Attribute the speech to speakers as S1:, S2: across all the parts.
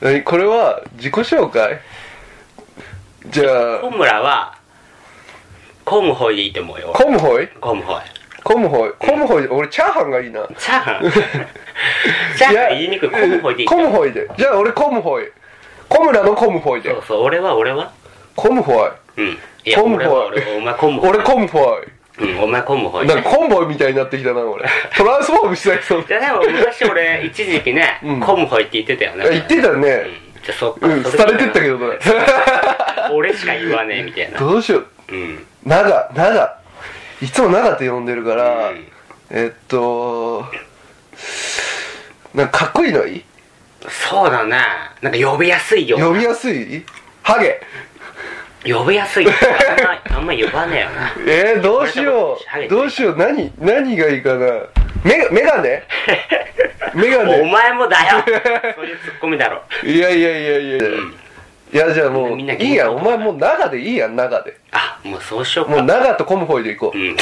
S1: 何これは自己紹介じゃ
S2: コ
S1: あ
S2: ムラはコムホイでいいと思うよ
S1: コムホイ
S2: コ ムホイ
S1: コムホイコムホイ俺チャーハンがいいな
S2: チャーハンチャーハンが言いにくいコムホイでいい
S1: コムホイでじゃあ俺コムホイコムラのコムホイで
S2: そうそう俺は俺は
S1: コムホイ
S2: うんいや
S1: コムホイ
S2: 俺は俺はお前コムホイ
S1: 俺コムホ
S2: うんお前コムホ
S1: イ
S2: イ
S1: なんかコンボイみたいになってきたな俺トランスフォームしたいそう
S2: じゃあでも昔俺一時期ね、
S1: うん
S2: コムホイって言ってたよね
S1: 言ってたね
S2: うんじゃあそっか、
S1: うん
S2: そ
S1: 廃れてったけど ね
S2: 俺しか言わねえみたいな
S1: どうしよう
S2: うん
S1: 長長いつも長って呼んでるから、
S2: うん
S1: えっとなんかかっこいいのいい
S2: そうだななんか呼びやすいよ
S1: 呼びやすいハゲ
S2: 呼びやすいよあんまあんま呼ばねえよな
S1: えー、どうしよ
S2: ハゲ
S1: うどうしよう何何がいいかなメメガ ネメガ
S2: お
S1: ネ
S2: 前もだよそういうツッコミだろ
S1: いやいやいやいやいや、
S2: うん
S1: いやじゃあもう
S2: みんな
S1: いう
S2: み
S1: い
S2: んな聞いてる
S1: やお前もう長でいいやん長で
S2: あもうそうしようか
S1: もう長とコムフォイで行こ
S2: うん
S1: う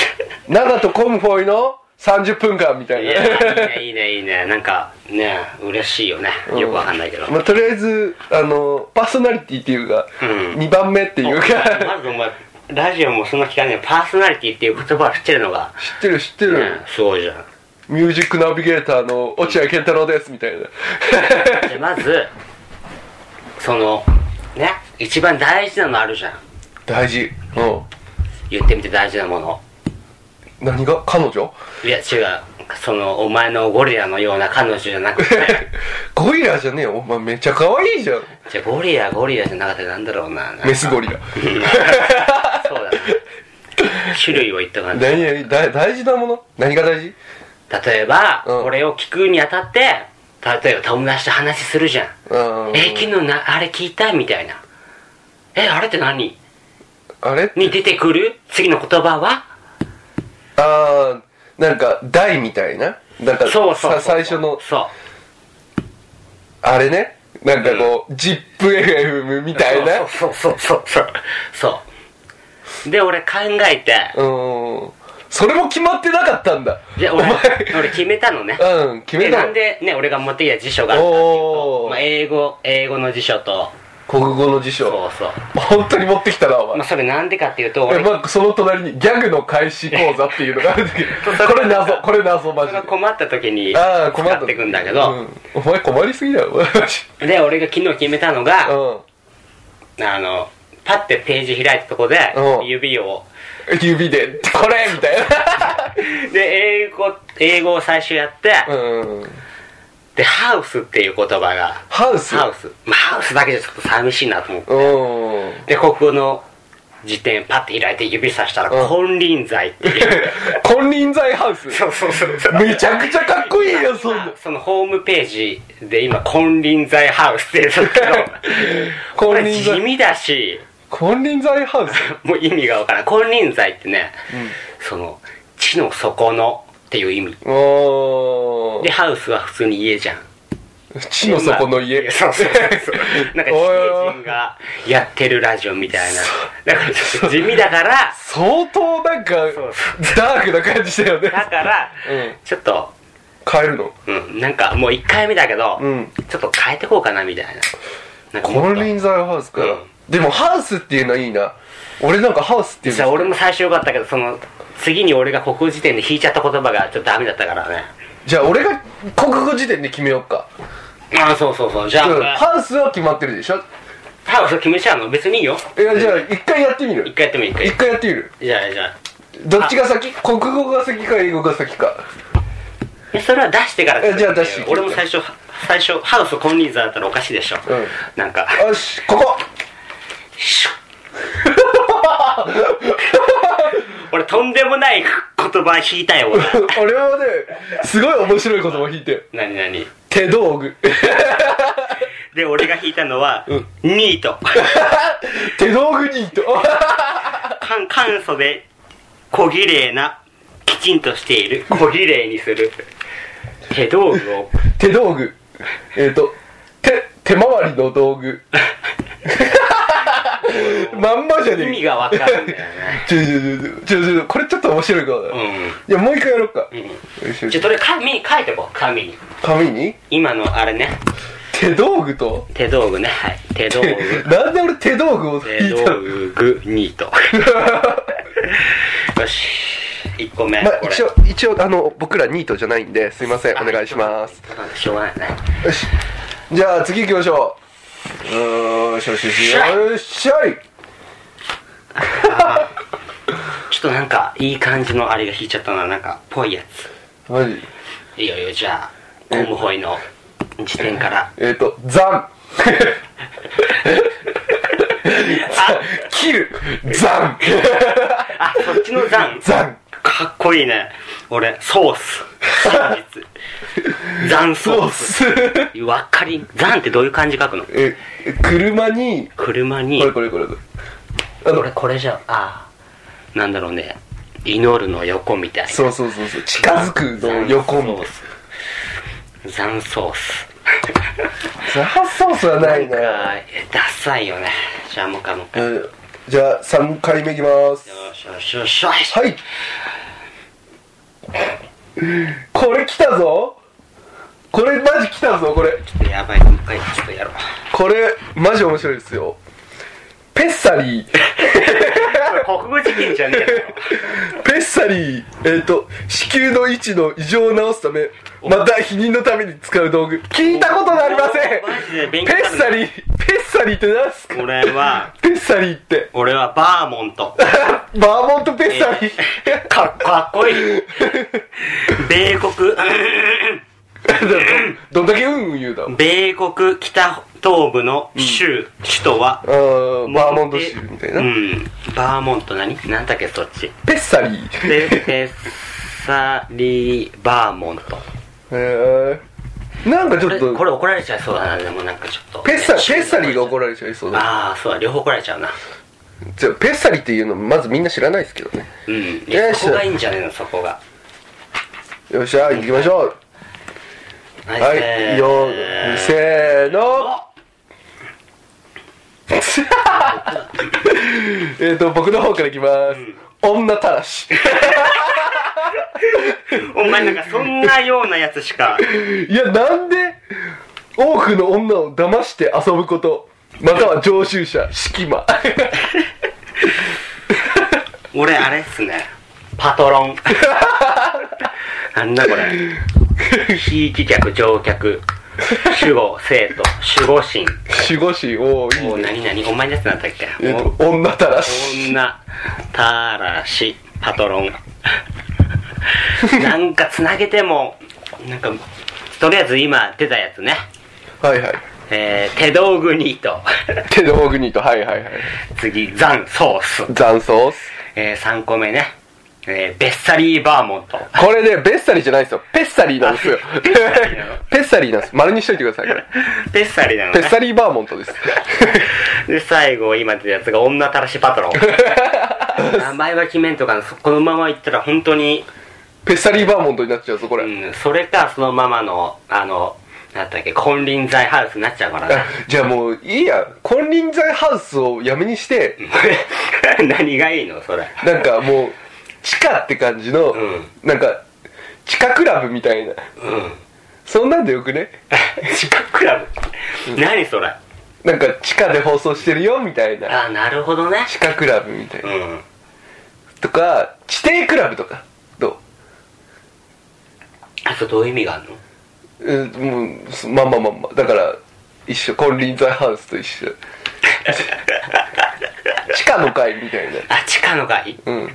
S1: 長とコムフォイの30分間みたい
S2: い
S1: な
S2: やいいねいいねいいねなんかね嬉しいよねよくわかんないけど、
S1: まあ、とりあえずあのパーソナリティっていうか、
S2: うん
S1: 2番目っていうか
S2: まずお前ラジオもその期間でパーソナリティっていう言葉を知ってるのが、
S1: 知ってる知ってる、
S2: ね、すごいじゃん
S1: ミュージックナビゲーターの落合健太郎ですみたい な
S2: でまずそのね一番大事なのあるじゃん
S1: 大事う
S2: 言ってみて大事なもの
S1: ん何が彼女
S2: いや違うそのお前のゴリラのような彼女じゃなくて
S1: ゴリラじゃねえよお前めっちゃ可愛いじゃん
S2: じゃあゴリラゴリラじゃなくてなんだろうななんか
S1: メスゴリラ
S2: そうだな種類を言った感じ
S1: 何何だ大事なもの何が大事
S2: 例えば、
S1: うん
S2: これを聞くにあたって例えば友達と話するじゃん
S1: うん
S2: え昨日なあれ聞いたみたいなえあれって何
S1: あれ
S2: に出てくる次の言葉は
S1: あーなんか台みたいななんか
S2: そうそうそう
S1: さ最初の
S2: そう
S1: あれねなんかこう、ZIPFM みたいなう
S2: そうそうそうそうそうで俺考えて
S1: んそれも決まってなかったんだ
S2: で
S1: お
S2: 俺
S1: 前
S2: 俺決めたのね
S1: うん決め
S2: で
S1: た
S2: な
S1: の
S2: んでね俺が持ってきた辞書があったってい
S1: お
S2: うと
S1: ー、
S2: まあ、英語英語の辞書と
S1: 国語の辞
S2: そう
S1: 書
S2: そう
S1: 本当に持ってきたなお前
S2: まあそれなんでかっていうと
S1: え
S2: 俺
S1: まあ、その隣にギャグの開始講座っていうのがあるんだ けどこれ謎これ謎マジで
S2: が困った時に
S1: ああ困った
S2: 使ってくんだけど、
S1: うんお前困りすぎだよマジ
S2: で俺が昨日決めたの
S1: う
S2: が、
S1: ん
S2: あのパッてページ開いたとこで
S1: うん
S2: 指を
S1: 指で「これ!」みたい
S2: で英語英語を最初やって、
S1: なうん
S2: でハウスっていう言葉が
S1: ハウス
S2: ハウス、まあ、ハウスだけじゃちょっと寂しいなと思って
S1: うん
S2: で国語の辞典パッて開いて指さしたら
S1: うん
S2: 金輪際っていう
S1: 金輪際ハウス
S2: そうそうそうそう
S1: めちゃくちゃかっこいいよそんな
S2: そのホームページで今金輪際ハウスって言うんだけどこ
S1: 金
S2: れ
S1: 輪
S2: 地
S1: 際
S2: 味だし
S1: 金輪際 ハウス
S2: もう意味がわからん金輪際ってね、その地の底のっていう意味
S1: お
S2: でハウスは普通に家じゃん
S1: 地の底の家
S2: いやそうそうそう なんか地底人がやってるラジオみたいなだからちょっと地味だから
S1: 相当なんか
S2: そう
S1: ダークな感じだよね
S2: だから、
S1: うん
S2: ちょっと、
S1: 変えるの
S2: うん、なんかもう1回目だけど、
S1: うん
S2: ちょっと変えてこうかなみたいななんかも
S1: 金
S2: っと
S1: 輪際ハウスか
S2: うん
S1: でもハウスっていうのはいいな俺なんかハウスっていう
S2: じゃあ俺も最初よかったけどその次に俺が国語辞典で引いちゃった言葉がちょっとダメだったからね
S1: じゃあ俺が国語辞典で決めようか
S2: ああそうそうそうじゃあ、
S1: うんハウスは決まってるでしょ
S2: ハウス決めちゃうの別にいいよ
S1: いやじゃあ一回やってみ
S2: 一
S1: る
S2: 回やってもいい一回
S1: 一回やってみる
S2: じゃあじゃあ
S1: どっちが先国語が先か英語が先か
S2: えそれは出してから
S1: えじゃあ出して
S2: 俺も最初最初ハウス金輪際だったらおかしいでしょ、
S1: うん
S2: なんか
S1: よしここ
S2: シュッ俺とんでもない言葉引いたよ俺
S1: 俺はねすごい面白い言葉を引いて
S2: 何何
S1: 手道具
S2: で俺が引いたのは、
S1: うん
S2: ニート
S1: 手道具ニート
S2: 簡 簡素で小綺麗なきちんとしている小綺麗にする手道具を
S1: 手道具えっ、と手手回りの道 具まんまじゃねえ
S2: 意味 がわかるんだよね
S1: ちょちょちょちょちょこれちょっと面白いかも
S2: う
S1: な、
S2: ん
S1: いやもう一回やろうか、
S2: うん
S1: よしよし
S2: じゃあそれ紙に書いてこう紙に
S1: 紙に
S2: 今のあれね
S1: 手道具と
S2: 手道具ねはい手道具
S1: なんで俺手道具を
S2: 手
S1: 聞いた
S2: 道
S1: の
S2: 具ニー トよし1個目、
S1: まあ
S2: これ
S1: 一応一応あの僕らニートじゃないんですいませんお願いします
S2: しょうがないね
S1: よしじゃあ次行きましょううーんしょしょしょよっしゃい
S2: ちょっとなんかいい感じのあれが引いちゃったななんかぽいや
S1: マジ
S2: ついいよいいよじゃあコムホイの時点から
S1: えっ、ー、と ザン切るザン
S2: あそっちの残
S1: ザン
S2: かっこいいね俺ソース 真実残ソ
S1: そう
S2: ー
S1: っ
S2: ス
S1: す
S2: わかりん残ってどういう漢字書くの
S1: え車に
S2: 車に
S1: これこれこれこれあ
S2: こ
S1: の
S2: れこれじゃああなんだろうね祈るの横みたいな
S1: そうそうそうそう近づくの横
S2: 残
S1: も
S2: ソース残ソース
S1: ザンソースはないな
S2: なんかダサいよねじゃあもう一回もう一回よ
S1: うんじゃあ3回目いきます
S2: しよしよしよし
S1: はいこれ来たぞこれマジ来たぞこれ
S2: やばいもう一回ちょっとやろう
S1: これマジ面白いですよペッサリー
S2: 国語事件じゃね
S1: ペッサリーえっ、と子宮の位置の異常を治すためまた避妊のために使う道具聞いたことがありません
S2: マジで勉強になる
S1: ペッサリーペッサリーって何すか
S2: え俺は
S1: ペッサリーって
S2: 俺はバーモント
S1: バーモントペッサリー
S2: かっかっこいい米国
S1: どんだけうんうん言うだ
S2: 米国北東部の州、首都は
S1: うんバーモント州みたいな、
S2: うんバーモント何何だっけそっち
S1: ペッサリー
S2: でペッサリーバーモント
S1: へえなんかち
S2: こ
S1: ょっ
S2: れ
S1: と
S2: これ怒られちゃいそうだなでもなんかちょっと
S1: ペッサペッサリーが
S2: る
S1: 怒られちゃいそうだ
S2: ああそうだ両方怒られちゃうな
S1: じゃあペッサリーっていうのまずみんな知らないですけどね
S2: うんい
S1: よ
S2: や
S1: いしょ
S2: そこがいいんじゃねえのそこが
S1: よっしゃ行きましょ
S2: は
S1: うはい
S2: せー
S1: よせーの
S2: あ
S1: えっと僕の方からいきます、女たらし
S2: お前なんかそんなようなやつしか
S1: いやなんで多くの女を騙して遊ぶことまたは常習者敷間
S2: 俺あれっすねパ トロンなんだこ れひいき客乗客守護生徒守護神
S1: 守護神おーい
S2: お
S1: いね
S2: 何何お前のやつなんだっけ、
S1: えっと女たらし
S2: お女たらしパトロン なんかつなげてもなんかとりあえず今出たやつね
S1: はいはい
S2: えー、手道具ニート
S1: 手道具にとはいはいはい
S2: 次ザンソース
S1: 残ソース
S2: えー、3個目ね、えー、ベッサリーバーモント
S1: これね、ベッサリーじゃないですよ。ペッサリーなんですよ
S2: あペッサリーなの。
S1: ペッサリーなんです。丸にしといてください、これ。
S2: ベッサリーなの
S1: ペ
S2: ね
S1: ッサリーバーモントです。
S2: で最後今出たやつが女たらし パトロン名前は決めんとかそこのままいったら本当に、
S1: ペッサリーバーモントになっちゃうぞ、こ
S2: う
S1: れ。
S2: ん、それかそのままのあのなんだっけ金輪際ハウスになっちゃうから
S1: あ
S2: な
S1: じゃあもう、いいや。金輪際ハウスをやめにして、
S2: 何がいいのそれ
S1: なんかもう、地下って感じの
S2: ん、
S1: なんか、地下クラブみたいな。
S2: うん
S1: そんなんでよくね
S2: 地下クラブ何それあ
S1: なんか、地下で放送してるよ、みたいな。
S2: あなるほどね
S1: 地下クラブみたいうな。
S2: ん
S1: とか、地底クラブとか。ど
S2: あとどういう意味があるの
S1: ううん、もうす、まあまあまあまあ。だから、一緒。金輪際ハウスと一 緒。地下の会みたいな。
S2: あ地下の会
S1: うん。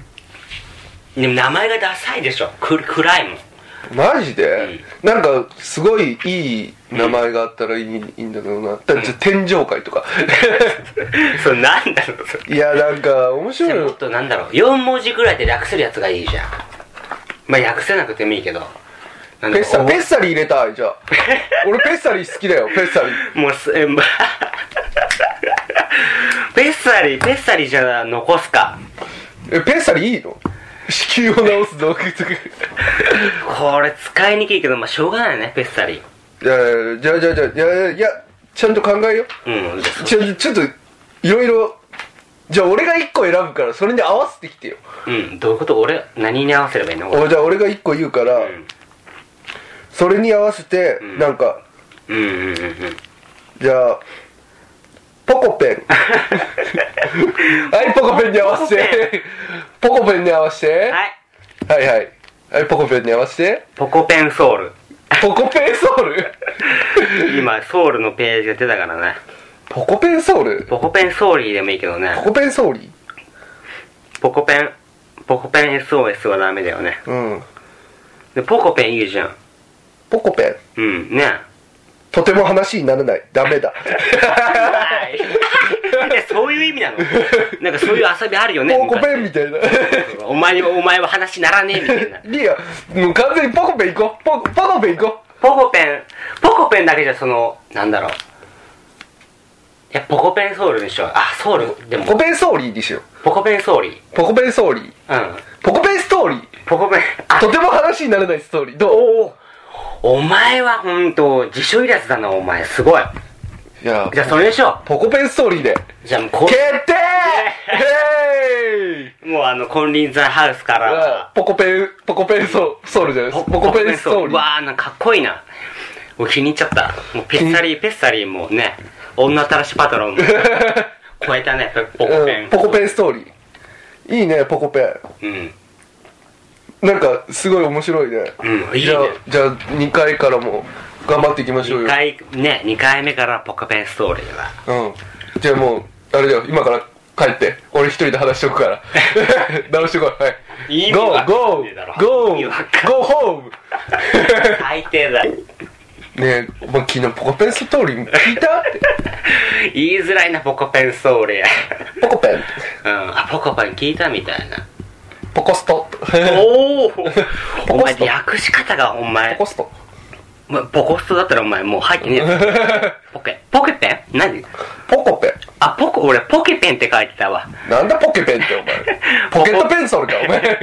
S2: でも名前がダサいでしょく暗いもん
S1: マジで、なんか、すごいいい名前があったらいい,、ん、だけどな。だって天上会 とか。
S2: それなんだろうそれ
S1: いや、なんか、面
S2: じゃあ
S1: 白い
S2: もっとなんだろう4文字ぐらいで略せるやつがいいじゃんまあ略せなくてもいいけどなんだ
S1: ペ
S2: ろう
S1: ッサ、
S2: お
S1: ペッサリー入れたい、じゃあ。俺ペッサリー好きだよ、ペッサリー。
S2: もうすえま ペッサリーペッサリーじゃあ残すか
S1: え、ペッサリーいいの子宮を治す道具とか。
S2: これ使いにくいけどまあしょうがないねペッサリ
S1: いやいやいや、じゃあ、じゃあ、じゃあ、いやいやいや、ちゃんと考えよう。
S2: ーうん
S1: ちょ、ちょっと、いろいろ、じゃあ俺が一個選ぶから、それに合わせてきてよ。
S2: うんどういうこと俺何に合わせればいいの
S1: おじゃあ俺が一個言うから、
S2: ん
S1: それに合わせて、なんか、
S2: うんうんうんうん
S1: じゃあポコペン はいポコペンに合わせてポコペンに合わせて
S2: はい。
S1: はいはいはいポコペンに合わせて
S2: ポコペンソール。
S1: ポコペンソウル
S2: 今、ソールのページが出たからね。
S1: ポコペンソウル
S2: ポコペンソーリーでもいいけどね
S1: ポ。コペンソウリ
S2: ポコペン、ポコペン SOS はダメだよね。
S1: うん
S2: で、ポコペンいいじゃん。
S1: ポコペン
S2: うん、ね。
S1: とても話にならないダ メだ
S2: はいえそういう意味なのなんかそういう遊びあるよね。
S1: ポコペン
S2: 昔
S1: みたいな
S2: お前は、お前は話にならねえみたいな。
S1: リアもう完全にポコペン行こうポコポコペン行こ
S2: ポコペン、ポコペンだけじゃその、なんだろう。いや、ポコペンソールでしょ。あ、ソール、で
S1: う
S2: も
S1: ポ、コペンソーリーにしよう
S2: ポコペンソーリ
S1: ポコペンソーリー
S2: ー。うん。
S1: ポコペンストーリー
S2: ポコペン、あ、
S1: とても話にならないストーリーどう
S2: おお前はほんと、辞書いらずだな、お前。すごい。
S1: いや
S2: じゃあ、それでしょ
S1: ポコペンストーリーで
S2: う。じゃあ、もうこ
S1: 決定ヘイ
S2: う、もうあの、金輪際ハウスからは、
S1: ポコペンポコペンソソウルじゃないですポコペンストーリ
S2: う
S1: ー
S2: わー、なんかかっこいいな。もう気に入っちゃった。もう、ペッサリー、ペッサリーもうね、女たらしパト ロン。超えたね、ポコペ
S1: う
S2: ン。
S1: んポコペンストーリーいいねポコペ
S2: うん。
S1: ンなんかすごい面白いね
S2: うん、いい
S1: じ
S2: ね
S1: ゃあ。じゃあ2回からも頑張っていきましょう
S2: 2
S1: よ
S2: 回ね2回目からポカペンストーリー だ
S1: うんじゃあもうあれだよ今から帰って俺一人で話しとくから 直してこいはい
S2: 意味
S1: Go
S2: わかんねえだろ
S1: Go
S2: 意
S1: Go
S2: 味わか
S1: Go home
S2: 最低だ
S1: ねえ、お前昨日ポコペンストーリー聞いたって。
S2: 言いづらいなポコペンストーリー
S1: ポコペン。
S2: うんあポコペン聞いたみたい な
S1: ポコスト。
S2: おお
S1: ト
S2: お前略し方がお前
S1: ポコスト。
S2: お前ポコストだったらお前もう入ってねえぞポケポケペン何
S1: ポコペ
S2: あポコ俺ポケペンって書いてたわ
S1: ン。なんだポケペンってお前。ポケットペンソルか、お前。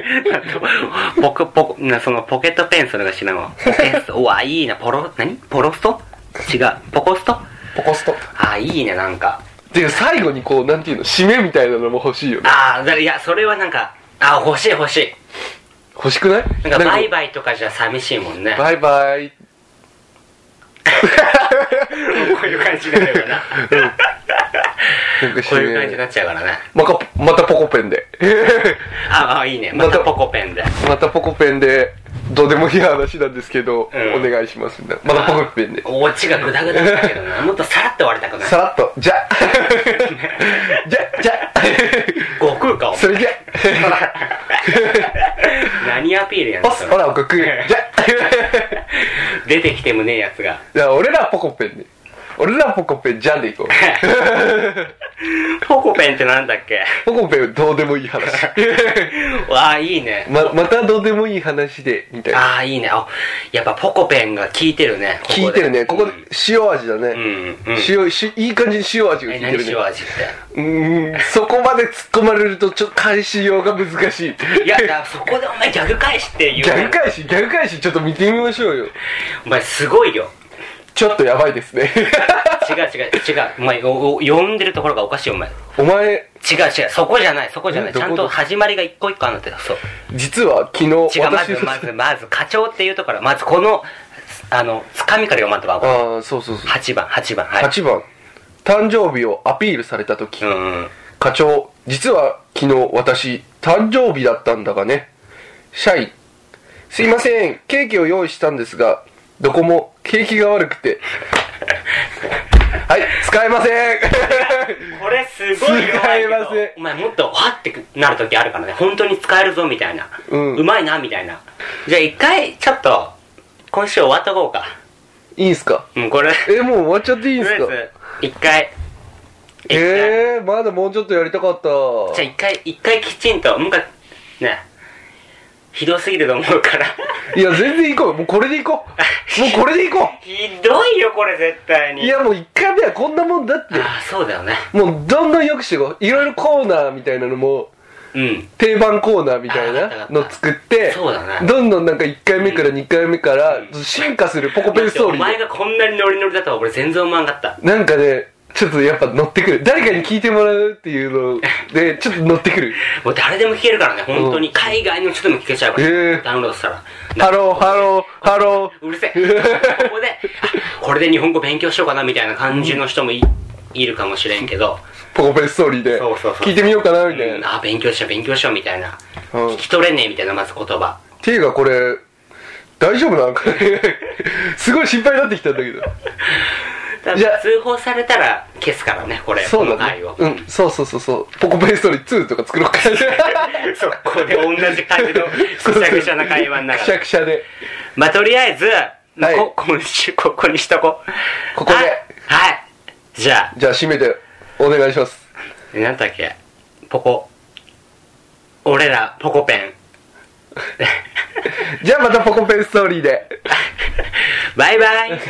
S2: ポコポコなそのポケットペンそれが知らんわポケストうわいいなポロ何ポロスト違うポコスト
S1: ポコスト。っ
S2: あいいねなんか
S1: ていう最後にこう、なんていうの、締めみたいなのも欲しいよね。
S2: ああ、だいや、それはなんか、あー欲しい欲しい。
S1: 欲しくない
S2: なんか、バイ
S1: バ
S2: バイとかじゃ寂しいもんね
S1: イ。。バイバイ。
S2: こういう感じになるからな。
S1: なんか
S2: こういう感じ
S1: 締め。
S2: になっちゃうからね。
S1: まかまたポコペン で。
S2: あーあー、いいね。またポコペンで。
S1: またポコペンで、どうでもいい話なんですけど、
S2: うん
S1: お願いします。またポコペンで。
S2: オチがグダグダだけどな。もっとさらっと終わりたくない。
S1: さらっと、 じゃじゃじゃ
S2: 悟空か、お
S1: そ
S2: 前
S1: れじゃ
S2: 何アピールやね
S1: パ
S2: ん、
S1: ス
S2: そ
S1: ほ
S2: れ。
S1: ら、僕、じゃ
S2: 出てきてもねえやつが。
S1: じゃあ、俺らポコペンで。俺らポコペンじゃんでいこう。
S2: ポコペンってなんだっ け
S1: ポコペンどうでもいい 話。
S2: わあ、いいね。
S1: ま、またどうでもいい話で、みたいな。
S2: ああ、いいね。あやっぱポコペンが効いてるね。ここで
S1: 聞いてるね。ここ
S2: う
S1: で
S2: ん
S1: 塩味だ
S2: う
S1: ね。
S2: んうん。
S1: 塩、しいい感じに塩味が効い
S2: え、
S1: て
S2: 何
S1: るね。
S2: 塩味って。
S1: うーん、そこまで突っ込まれると、ちょっと返しようが難しい。
S2: いや、だ からそこでお前ギャグ返しって言う。
S1: ギャグ返し、ギャグ返し、ちょっと見てみましょうよ。
S2: お前すごいよ。
S1: ちょっとやばいですね。
S2: 違う違う違う。お前、おお呼んでるところがおかしいよ、お前。違
S1: お前、
S2: う違う。そこじゃない、そこじゃない。
S1: え
S2: ち
S1: ど
S2: ゃ
S1: こ
S2: んと始まりが一個一個あるんだけど、そう。
S1: 実は昨日、
S2: 違う、ま
S1: 私
S2: ず、まず、まず、課長っていうところ、まずこの、あの、つかみから読まんとか。
S1: ああ、そうそうそう。
S2: 8番、8番、はい。
S1: 8番、誕生日をアピールされた時
S2: うんうん。
S1: 課長、実は昨日私、誕生日だったんだがね。社員、すいません、ケーキを用意したんですが、どこも景気が悪く て。はい、使えません
S2: これすごい弱いけ
S1: 使えません
S2: ど、お前もっとわってなる時あるからね、本当に使えるぞみたいな。
S1: うん
S2: うまいなみたいな。じゃあ一回、ちょっと、今週終わっとこうか。
S1: いいんすか
S2: うん、これ。
S1: え、もう終わっちゃっていいんす
S2: と
S1: か
S2: りあえず一回
S1: えー、まだもうちょっとやりたかった。
S2: じゃあ一回一回きちんともう一回ねひどすぎると思うから
S1: いや、全然行こう。もうこれで行こ う。もうこれで行こ
S2: ひどいよこれ絶対
S1: う。
S2: に
S1: いや、もう1回目はこんなもんだって。
S2: ああそうだよね
S1: もうどんどん良くしていこう。いろいろコーナーみたいなのも、
S2: うん
S1: 定番コーナーみたい
S2: あわかった
S1: な
S2: わかった
S1: の作って、
S2: そうだね
S1: どんどんなんか1回目から2回目から進化するポコペンストー
S2: お
S1: リー
S2: 前
S1: で。
S2: がこんなにノリノリだとは俺全然思わんかった
S1: なんかね、ちょっとやっぱ乗ってくる。誰かに聞いてもらうっていうの で、ちょっと乗ってくる。
S2: もう誰でも聞けるからね、本当に。海外の人でも聞けちゃうから、
S1: へー
S2: ダウンロードしたら。
S1: ハロー、ハロー、ハロー。
S2: うるせえ。ここで、あこれで日本語勉強しようかなみたいな感じの人もい,、いるかもしれんけど、
S1: ポコペンストーリーで
S2: そうそう、そう
S1: 聞いてみようかな、みたいな。
S2: あ、勉強しよう、勉強しようみたいな。
S1: うん
S2: 聞き取れねえみたいな、まず言葉。
S1: ていうかこれ、大丈夫なのかね すごい心配になってきたんだけど。
S2: 多分
S1: いや
S2: 通報されたら消すからね、これ、
S1: そう
S2: この
S1: だね
S2: 回を。。
S1: うん、そうそうそうそう。ポコペンストーリー2とか作ろうか な。
S2: そこで同じ感じの
S1: そう
S2: ぐしゃぐしゃな会話にな
S1: くしゃ
S2: る。
S1: くしゃで。
S2: まあ、とりあえず、
S1: はい
S2: こ今週ここにしとこ。
S1: ここで
S2: あはい。じゃあ、
S1: じゃあ締めて、お願いします。
S2: えなんだっけポコ。俺ら、ポコペン。
S1: じゃあまたポコペンストーリーで。
S2: バイバイ。